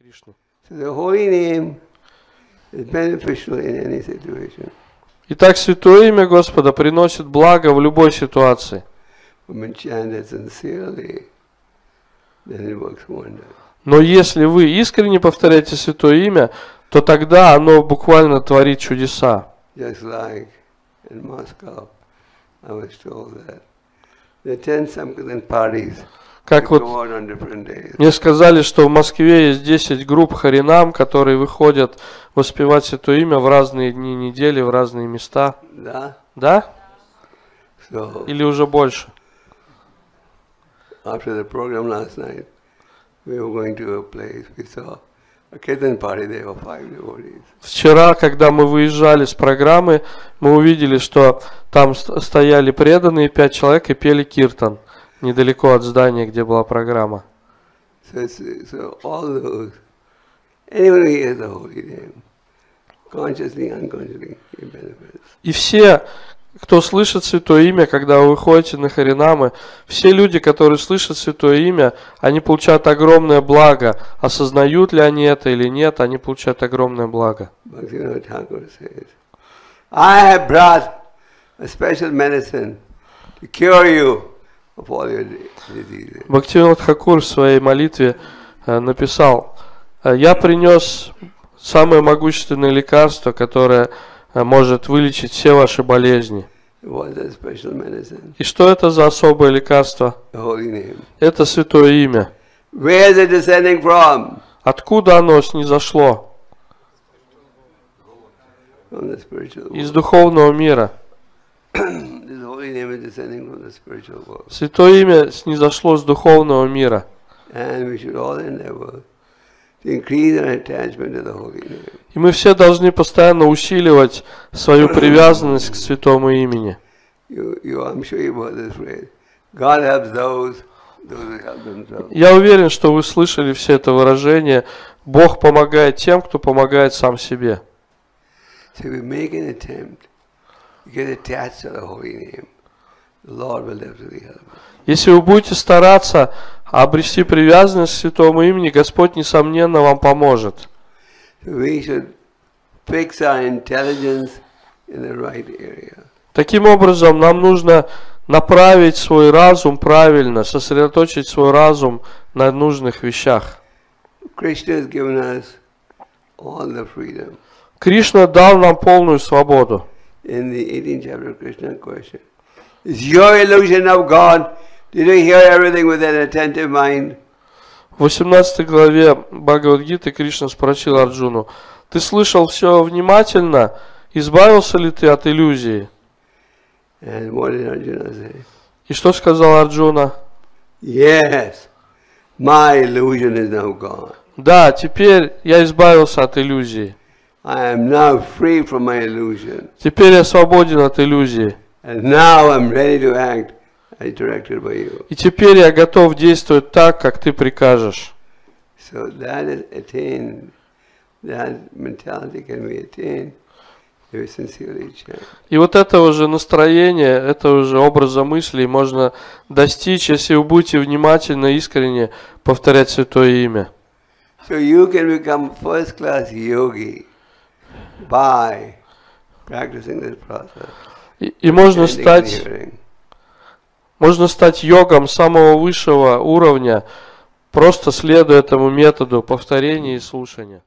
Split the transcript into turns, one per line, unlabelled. Кришну.
The holy name is beneficial in any situation.
Итак, святое имя Господа приносит благо в любой ситуации.
When chanted sincerely, then it works wonders.
Но если вы искренне повторяете святое имя, то тогда оно буквально творит чудеса.
Just like in Moscow, I was told that there are 10 Samkhatan parties that
Как вот
go out on different days.
Мне сказали, что в Москве есть 10 групп Харинам, которые выходят воспевать Святое Имя в разные дни недели, в разные места.
Да?
Да?
So
Или уже больше?
after the program last night, we were going to a place. We saw a Kirtan party. There were five devotees.
Вчера, когда мы выезжали с программы, мы увидели, что там ст- стояли преданные пять человек и пели киртан недалеко от здания, где была программа.
So, it's, so all those, anyone who hears the holy name, consciously, unconsciously, he benefits.
И все, кто слышит Святое Имя, когда вы выходите на Харинамы, все люди, которые слышат Святое Имя, они получают огромное благо. Осознают ли они это или нет, они получают огромное благо.
Bhaktivinoda Thakur says, I have brought a special medicine to cure you of all your di- diseases.
Бхактивинод Хакур в своей молитве э, написал, э, «Я принес самое могущественное лекарство, которое э, может вылечить все ваши болезни».
What is a special medicine?
И что это за особое лекарство?
The holy name.
Это Святое Имя.
Where is it descending from?
Откуда оно снизошло?
From the spiritual
Из
world.
духовного мира.
this holy name is descending from the spiritual world.
Святое имя снизошло с духовного мира.
And we should all endeavor to increase our attachment to the holy name.
И мы все должны постоянно усиливать свою привязанность к святому имени.
You, you, I'm sure you've heard this phrase. God helps those, those who help themselves.
Я уверен, что вы слышали все это выражение «Бог помогает тем, кто помогает сам себе».
So if we make an attempt, you get attached to the holy name. The Lord will definitely help us.
Если вы будете стараться обрести привязанность к святому имени, Господь, несомненно, вам поможет.
So we should fix our intelligence in the right area.
Таким образом, нам нужно направить свой разум правильно, сосредоточить свой разум на нужных вещах.
Krishna has given us all the freedom.
Кришна дал нам полную свободу.
In the 18th chapter of Krishna question, is your illusion of God? Did you hear everything with an attentive mind?
В 18 главе Бхагавадгиты Кришна спросил Арджуну, «Ты слышал все внимательно? Избавился ли ты от иллюзии?»
And what did Arjuna say?
И что сказал Арджуна?
Yes, my illusion is now gone.
«Да, теперь я избавился от иллюзии.
I am now free from my illusion.
Теперь я свободен от иллюзии.
And now I'm ready to act as directed by you.
И теперь я готов действовать так, как ты прикажешь».
So that is attained. That mentality can be attained if we sincerely chant.
И вот этого же настроения, этого же образа мыслей можно достичь, если вы будете внимательно, искренне повторять Святое Имя.
So you can become first class yogi by practicing this process.
И, и можно
chanting and
стать
hearing.
Можно стать йогом самого высшего уровня, просто следуя этому методу повторения и слушания.